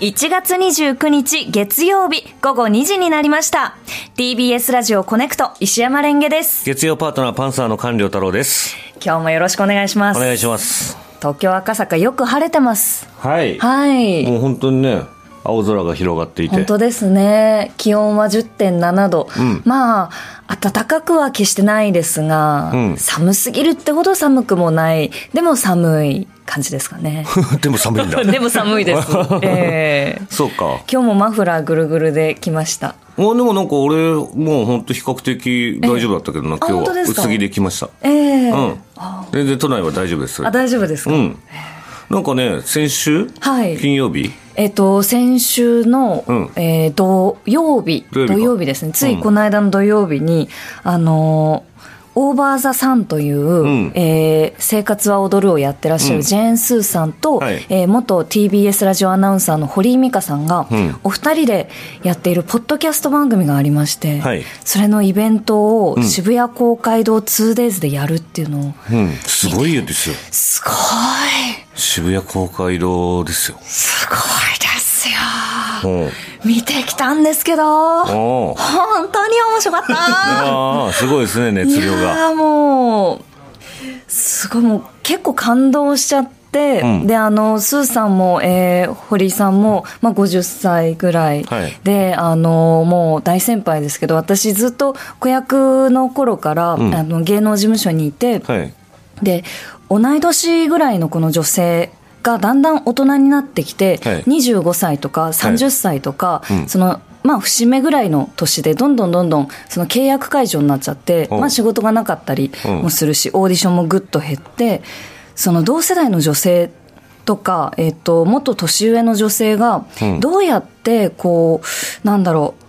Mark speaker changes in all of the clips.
Speaker 1: 1月29日月曜日午後2時になりました TBS ラジオコネクト石山レンゲです
Speaker 2: 月曜パートナーパンサーの官僚太郎です
Speaker 1: 今日もよろしくお願いしま
Speaker 2: お
Speaker 1: す
Speaker 2: 願いします
Speaker 1: 東京赤坂よく晴れてます
Speaker 2: はい
Speaker 1: はい
Speaker 2: もう本当にね青空が広がっていて
Speaker 1: 本当ですね気温は10.7度、
Speaker 2: ん
Speaker 1: まあ暖かくは決してないですが、
Speaker 2: うん
Speaker 1: 寒すぎるってほど寒くもないでも寒い感じですか ね
Speaker 2: でも寒い んだ
Speaker 1: でも寒い です、ええ
Speaker 2: そうか
Speaker 1: 今日もマフラーぐるぐるで来ました
Speaker 2: もうでもなんか俺もう本当比較的大丈夫だったけどな今
Speaker 1: あ本
Speaker 2: 日
Speaker 1: 当
Speaker 2: は
Speaker 1: ですか
Speaker 2: 薄着で来ました
Speaker 1: ええ
Speaker 2: うん全然都内は大丈夫です
Speaker 1: あ大丈夫です
Speaker 2: う
Speaker 1: か、
Speaker 2: んなんかね先週
Speaker 1: はい
Speaker 2: 金曜日
Speaker 1: えっと、先週の、
Speaker 2: うん
Speaker 1: えー土曜日、
Speaker 2: 土曜日か
Speaker 1: ですね、ついこの間の土曜日に、あのーオーバー・ザ・サンという、
Speaker 2: ん
Speaker 1: えー生活は踊るをやってらっしゃるジェーン・スーさんと、
Speaker 2: はい
Speaker 1: えー元 TBS ラジオアナウンサーの堀井美香さんが、
Speaker 2: ん
Speaker 1: お二人でやっているポッドキャスト番組がありまして、
Speaker 2: はい
Speaker 1: それのイベントを渋谷公会堂 2days でやるっていうのを、
Speaker 2: うんすごいですよ
Speaker 1: すごい
Speaker 2: 渋谷公会堂ですよ
Speaker 1: すごいですよ
Speaker 2: うん
Speaker 1: 見てきたんですけど
Speaker 2: ああ
Speaker 1: 本当に面白か った
Speaker 2: ああすごいですね熱
Speaker 1: い
Speaker 2: 量が
Speaker 1: やーもうすごいもう結構感動しちゃって、
Speaker 2: うん
Speaker 1: であのスーさんも、えー堀井さんも、まあ、50歳ぐらい
Speaker 2: はい
Speaker 1: で、あのもう大先輩ですけど私ずっと子役の頃から、
Speaker 2: ん
Speaker 1: あの芸能事務所にいて、
Speaker 2: はい
Speaker 1: で同い年ぐらいのこの女性がだんだん大人になってきて、
Speaker 2: はい
Speaker 1: 25歳とか30歳とか、
Speaker 2: うん
Speaker 1: そのまあ節目ぐらいの年でどんどんどんどんその契約解除になっちゃって、
Speaker 2: うん
Speaker 1: まあ、仕事がなかったりもするし、オーディションもぐっと減ってその同世代の女性とか、えっともっと年上の女性が
Speaker 2: うん
Speaker 1: どうやってこうなんだろう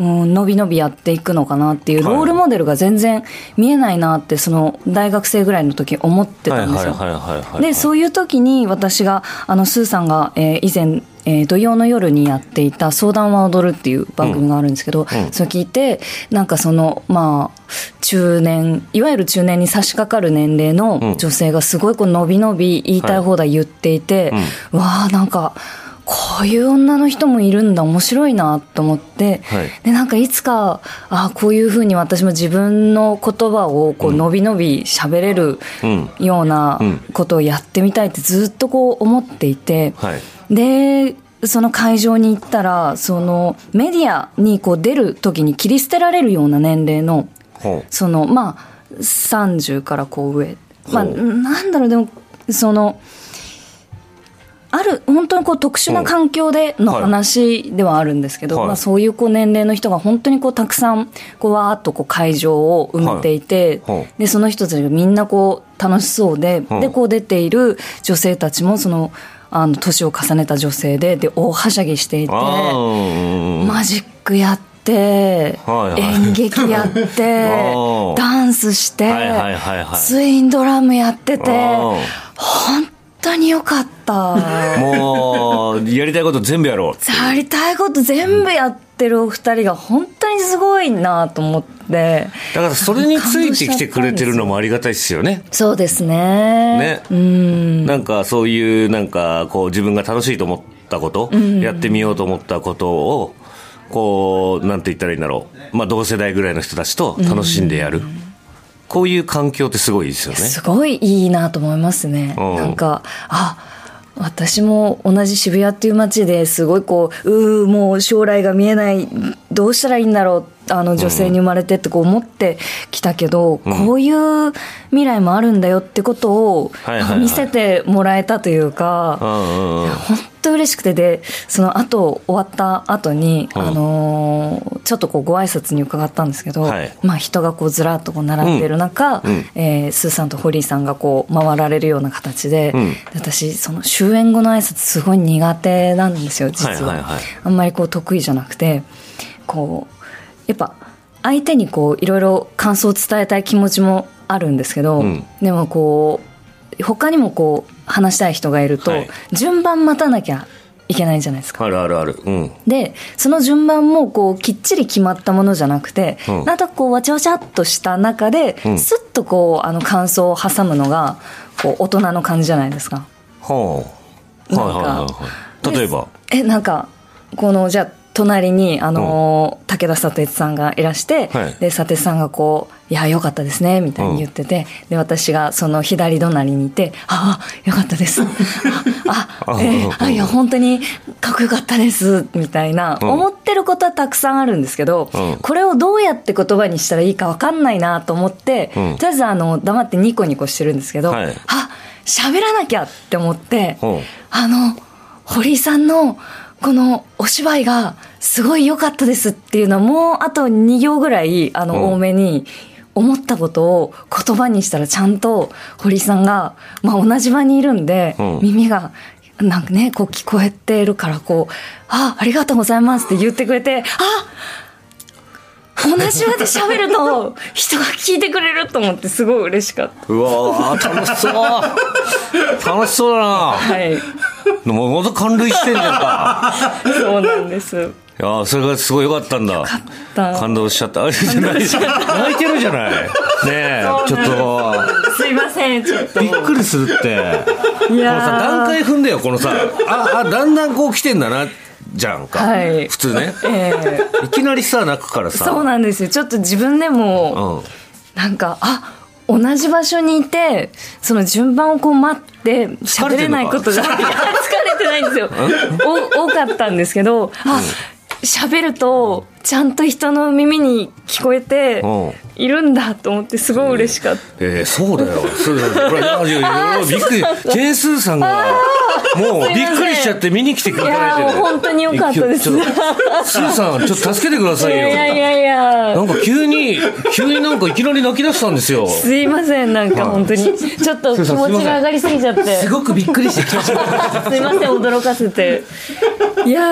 Speaker 1: うん、伸び伸びやっていくのかなっていう、
Speaker 2: はい
Speaker 1: ロールモデルが全然見えないなって、その大学生ぐらいの時思って
Speaker 2: はいは
Speaker 1: た
Speaker 2: い
Speaker 1: んですよ。
Speaker 2: はいはいはい
Speaker 1: で、そういう時に私が、あの、スーさんが、えー以前、えー土曜の夜にやっていた相談は踊るっていう番組があるんですけど、
Speaker 2: うん
Speaker 1: それ聞いて、なんかその、まあ、中年、いわゆる中年に差し掛かる年齢の女性がすごいこう、伸び伸び言いたい放題言っていて、
Speaker 2: はい
Speaker 1: わあ、なんか、こういう女の人もいるんだ、面白いなと思って、
Speaker 2: はい
Speaker 1: でなんかいつかあこういうふうに私も自分の言葉をこう伸び伸び喋れる
Speaker 2: うん
Speaker 1: ような
Speaker 2: うん
Speaker 1: ことをやってみたいってずっとこう思っていて、
Speaker 2: はい
Speaker 1: でその会場に行ったらそのメディアにこう出る時に切り捨てられるような年齢の
Speaker 2: ほ
Speaker 1: そのまあ30からこう上まあ
Speaker 2: ほう
Speaker 1: なんだろうでもそのある本当にこう特殊な環境での
Speaker 2: はい
Speaker 1: 話ではあるんですけど、
Speaker 2: はい
Speaker 1: まあ、そういうこう年齢の人が本当にこうたくさんこうわーっとこう会場を埋めていて、
Speaker 2: はいはい
Speaker 1: でその人たちがみんなこう楽しそうで、
Speaker 2: はい
Speaker 1: でこう出ている女性たちもそのあの年を重ねた女性でで大はしゃぎしていうて
Speaker 2: ああうんうんうん
Speaker 1: マジックやって、
Speaker 2: はいはい
Speaker 1: 演劇やって
Speaker 2: おー
Speaker 1: ダンスして、
Speaker 2: はいはいはいはい
Speaker 1: ツインドラムやってて
Speaker 2: おー
Speaker 1: 本当によかった
Speaker 2: もう、やりたいこと全部やろう。
Speaker 1: やりたいこと全部やってるお二人が本当にすごいなと思って
Speaker 2: だからそれについてきてくれてるのもありがたいですよね。
Speaker 1: そうですね
Speaker 2: ね
Speaker 1: うん
Speaker 2: なんかそういう、なんかこう自分が楽しいと思ったこと、やってみようと思ったことを、こう、なんて言ったらいいんだろう。まあ同世代ぐらいの人たちと楽しんでやる。こういう環境ってすごいですよね。
Speaker 1: すごいいいなと思いますね。
Speaker 2: うん
Speaker 1: なんか、あ、私も同じ渋谷っていう街ですごいこう、うーもう将来が見えない、どうしたらいいんだろう、あの女性に生まれてってこう思ってきたけど、こういう未来もあるんだよってことを
Speaker 2: はいはいはい
Speaker 1: 見せてもらえたという
Speaker 2: う
Speaker 1: か、
Speaker 2: んうんうん。
Speaker 1: 本当嬉しくてで、その後終わった後に、
Speaker 2: うん
Speaker 1: あのーちょっとこうご挨拶に伺ったんですけど、
Speaker 2: はい
Speaker 1: まあ人がこうずらっとこう並んでる中、
Speaker 2: うんうん
Speaker 1: えースーさんとホリーさんがこう回られるような形で、
Speaker 2: うん
Speaker 1: で私その終演後の挨拶すごい苦手なんですよ実は,、
Speaker 2: はいはいはい
Speaker 1: あんまりこう得意じゃなくてこうやっぱ相手にこういろいろ感想を伝えたい気持ちもあるんですけど、
Speaker 2: うん
Speaker 1: でもこう他にもこう話したい人がいると、
Speaker 2: はい
Speaker 1: 順番待たなきゃいけないじゃないですか。
Speaker 2: あるあるある。うん。
Speaker 1: でその順番もこうきっちり決まったものじゃなくて、
Speaker 2: うん
Speaker 1: なんとなくこうわちゃわちゃっとした中で、
Speaker 2: うん
Speaker 1: スッとこうあの感想を挟むのがこう大人の感じじゃないですか
Speaker 2: ほ
Speaker 1: な
Speaker 2: う。
Speaker 1: んか、
Speaker 2: はいはいはいはい
Speaker 1: で
Speaker 2: 例えば
Speaker 1: えなんかこのじゃあ隣にあのー、武田砂鉄さんがいらして、
Speaker 2: はい
Speaker 1: で砂鉄さんがこう「いやよかったですね」みたいに言ってて、で私がその左隣にいて「ああよかったです」あ あえーあいや本当にかっこよかったです」みたいな、
Speaker 2: うん
Speaker 1: 思ってることはたくさんあるんですけど、
Speaker 2: うん
Speaker 1: これをどうやって言葉にしたらいいか分かんないなと思って、
Speaker 2: うん
Speaker 1: とりあえずあの黙ってニコニコしてるんですけど、
Speaker 2: はい
Speaker 1: あ喋らなきゃって思って、
Speaker 2: うん
Speaker 1: あの堀井さんのこのお芝居がすごい良かったですっていうのはもうあと2行ぐらいあ
Speaker 2: うん
Speaker 1: の多めに思ったことを言葉にしたらちゃんと堀井さんが、まあ、同じ場にいるんで、
Speaker 2: うん
Speaker 1: 耳が。なんかね、こう聞こえてるから、こう、あ、ありがとうございますって言ってくれて、あ、同じ場で喋ると人が聞いてくれると思ってすごい嬉しかった。
Speaker 2: うわー楽し そう楽しそうだな
Speaker 1: はい。
Speaker 2: でもまた感涙してんじゃんか
Speaker 1: そうなんです。
Speaker 2: いやーそれがすごい良かったんだ
Speaker 1: た
Speaker 2: 感動しちゃったあれじゃない泣いてるじゃないねえちょっと
Speaker 1: すいません、ちょっと。
Speaker 2: びっくりするって
Speaker 1: い
Speaker 2: このさ段
Speaker 1: やー
Speaker 2: 階踏んだよこのさああだんだんこう来てんだなじゃんか、
Speaker 1: はい
Speaker 2: 普通 ね
Speaker 1: ええ
Speaker 2: いきなりさ泣くからさ
Speaker 1: そうなんですよ。ちょっと自分でも、
Speaker 2: うん
Speaker 1: なんか、あ同じ場所にいて、その順番をこう待って、喋れないことが、いや疲れてないんですよ。お多かったんですけど、あ、喋ると、ちゃんと人の耳に聞こえて
Speaker 2: うん、
Speaker 1: いるんだと思って、すごい嬉しかった。
Speaker 2: えー、そうだよ。そうだよ。これ、いやいやいやびっくり。ジェースーさんが、もう
Speaker 1: すいません
Speaker 2: びっくりしちゃって見に来てくれ
Speaker 1: い
Speaker 2: て
Speaker 1: やーもう本当に良かったです
Speaker 2: ちょっとスーさん、ちょっと助けてくださ
Speaker 1: い
Speaker 2: いよ。
Speaker 1: やいやいや
Speaker 2: なんか急に、急になんかいきなり泣き出したんですよ。
Speaker 1: すいません、なんか本当に。ちょっと気持ちが上がりすぎちゃって。す
Speaker 2: ごくびっくりしてき ました。
Speaker 1: いません、驚かせて。いや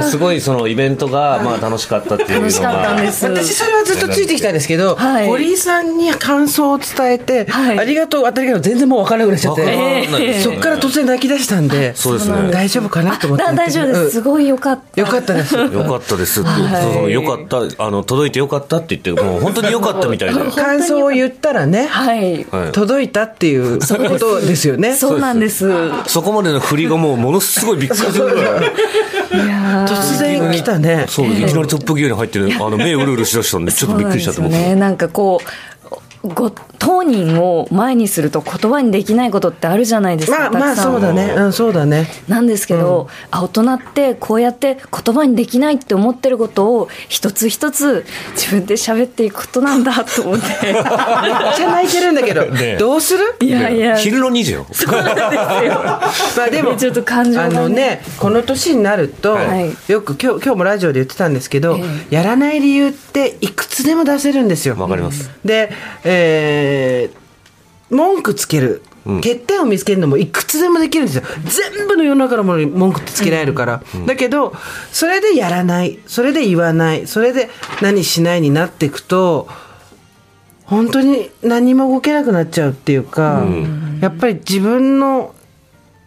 Speaker 1: ー、
Speaker 2: すごいそのイベントが、まあ楽しかったっていうのが。
Speaker 1: 楽しかったんです。
Speaker 3: 私それはずっとついてきたんですけど、
Speaker 1: はい
Speaker 3: 堀井さんに感想を伝えて、
Speaker 1: はい
Speaker 3: ありがとう当たりがとう全然もう分からなくなっちゃっ
Speaker 2: わか
Speaker 3: て、
Speaker 2: んないです
Speaker 3: そ
Speaker 2: ね
Speaker 3: っから突然泣き出したんで
Speaker 2: そうですね
Speaker 3: ん大丈夫かなと思って
Speaker 1: だ大丈夫です。すごい良かった。
Speaker 3: よかったです
Speaker 2: よかったですって、
Speaker 1: はい
Speaker 2: そうそうよかった、あの、届いてよかったって言って、もう本当によかったみた いで。
Speaker 3: 感想を言ったらね、
Speaker 1: はい。
Speaker 2: はい
Speaker 3: 届いたっていうことですよね
Speaker 1: そうなんです。い
Speaker 2: そこまでの振りがもうものすごいびっくりするぐらい。
Speaker 1: やー
Speaker 3: 突然来たね
Speaker 2: そうです。いきなりトップギアに入ってる、あの、目うるうるし だしたんで、ちょっとびっくりしちゃって、
Speaker 1: そう
Speaker 2: 僕。
Speaker 1: なんですよね。なんかこう、ご、当人を前にすると言葉にできないことってあるじゃないです
Speaker 3: ま
Speaker 1: か。
Speaker 3: あま
Speaker 1: た
Speaker 3: あ
Speaker 1: くさん
Speaker 3: そうだねうんそうだね
Speaker 1: なんですけど、あ大人ってこうやって言葉にできないって思ってることを一つ一つ自分で喋っていくことなんだと思っ
Speaker 3: め
Speaker 1: て
Speaker 3: っちゃ泣いてるんだけど、
Speaker 2: ね
Speaker 3: どうする
Speaker 1: いやいや
Speaker 2: 昼の2時よ。
Speaker 1: そうなんですよ
Speaker 3: まあで も
Speaker 1: ちょっと感情が
Speaker 3: あ
Speaker 1: ね
Speaker 3: のねこの年になると、
Speaker 1: はい
Speaker 3: よく今日今日もラジオで言ってたんですけど、
Speaker 1: え
Speaker 3: やらない理由っていくつでも出せるんですよ
Speaker 2: わかります
Speaker 3: で、えー文句つける欠点を見つけるのもいくつでもできるんですよ全部の世の中のものに文句ってつけられるから、だけどそれでやらないそれで言わないそれで何しないになっていくと本当に何も動けなくなっちゃうっていうか、やっぱり自分の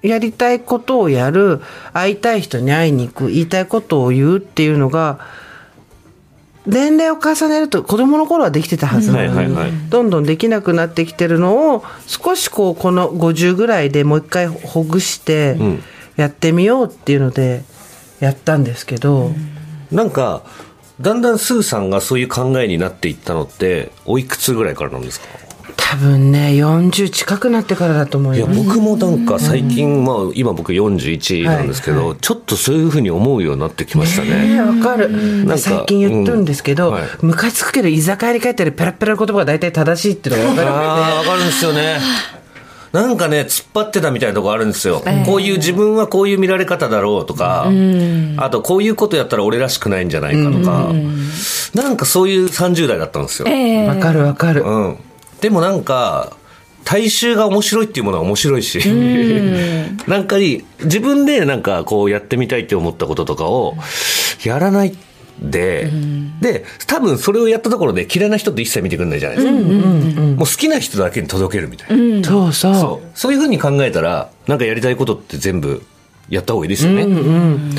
Speaker 3: やりたいことをやる会いたい人に会いに行く言いたいことを言うっていうのが年齢を重ねると子供の頃はできてたはずなのに、
Speaker 2: はいはいはい
Speaker 3: どんどんできなくなってきてるのを少しこうこの50ぐらいでもう一回ほぐして
Speaker 2: ん
Speaker 3: やってみようっていうのでやったんですけど、
Speaker 2: なんか、だんだんスーさんがそういう考えになっていったのって、おいくつぐらいからなんですか
Speaker 3: 多分ね40近くなってからだと思
Speaker 2: い
Speaker 3: い
Speaker 2: や、
Speaker 3: ます。
Speaker 2: 僕もなんか最近、まあ、今僕41なんですけど、ちょっとそういうふうに思うようになってきましたね。
Speaker 3: ねわかる
Speaker 2: なんか
Speaker 3: 最近言ってるんですけ
Speaker 2: うん
Speaker 3: ど
Speaker 2: はい
Speaker 3: ムカつくけど居酒屋に帰ったらペラペラの言葉が大体正しいっていうのが分かる
Speaker 2: ああ、わかるんですよね。なんかね、突っ張ってたみたいなとこあるんですよ。こういう自分はこういう見られ方だろうとか、あとこういうことやったら俺らしくないんじゃないかとか、なんかそういう30代だったんですよ。
Speaker 1: ええ
Speaker 3: わかるわかる
Speaker 2: うん、でもなんか大衆が面白いっていうものは面白いし、 なんかいい自分でなんかこうやってみたいって思ったこととかをやらないで、で多分それをやったところで嫌いな人って一切見てくれないじゃないですか、もう好きな人だけに届けるみたいな、
Speaker 3: そうそう
Speaker 2: そうそういうふうに考えたらなんかやりたいことって全部やった方がいいですよね、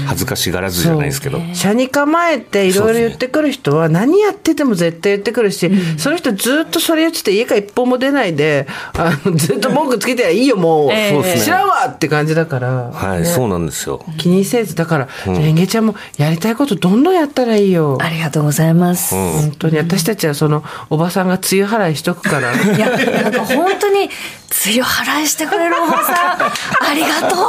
Speaker 2: 恥ずかしがらずじゃないですけど、
Speaker 3: 車に構えていろいろ言ってくる人は何やってても絶対言ってくるし、その人ずっとそれ言ってて家から一歩も出ないであのずっと文句つけてりゃいいよもう、
Speaker 1: ええそうです
Speaker 2: ね
Speaker 3: 知らんわって感じだから、
Speaker 2: はい、そうなんですよ
Speaker 3: 気にせずだからレンゲちゃんもやりたいことどんどんやったらいいよ
Speaker 1: ありがとうございます。
Speaker 3: 本当に私たちはそのおばさんが梅雨払いしとくから
Speaker 1: いや、なんか本当に、梅雨払いしてくれるおばさん、ありがとう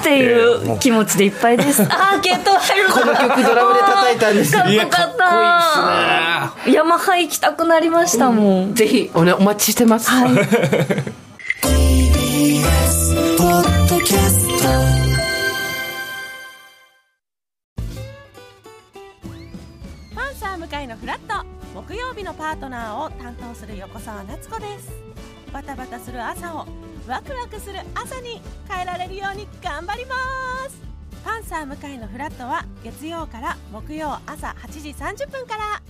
Speaker 1: っていう気持ちでいっぱい です。あー、ゲット入るこ
Speaker 3: の曲ドラムで叩いたんですよ
Speaker 1: かっこよかった。ヤマハ行きたくなりましたもん。
Speaker 3: ぜひお,、ね、お待ちしてます、
Speaker 4: パンサー向かいのフラット木曜日のパートナーを担当する横澤夏子ですバタバタする朝をワクワクする朝に変えられるように頑張りますパンサー向かいのフラットは月曜から木曜朝8時30分から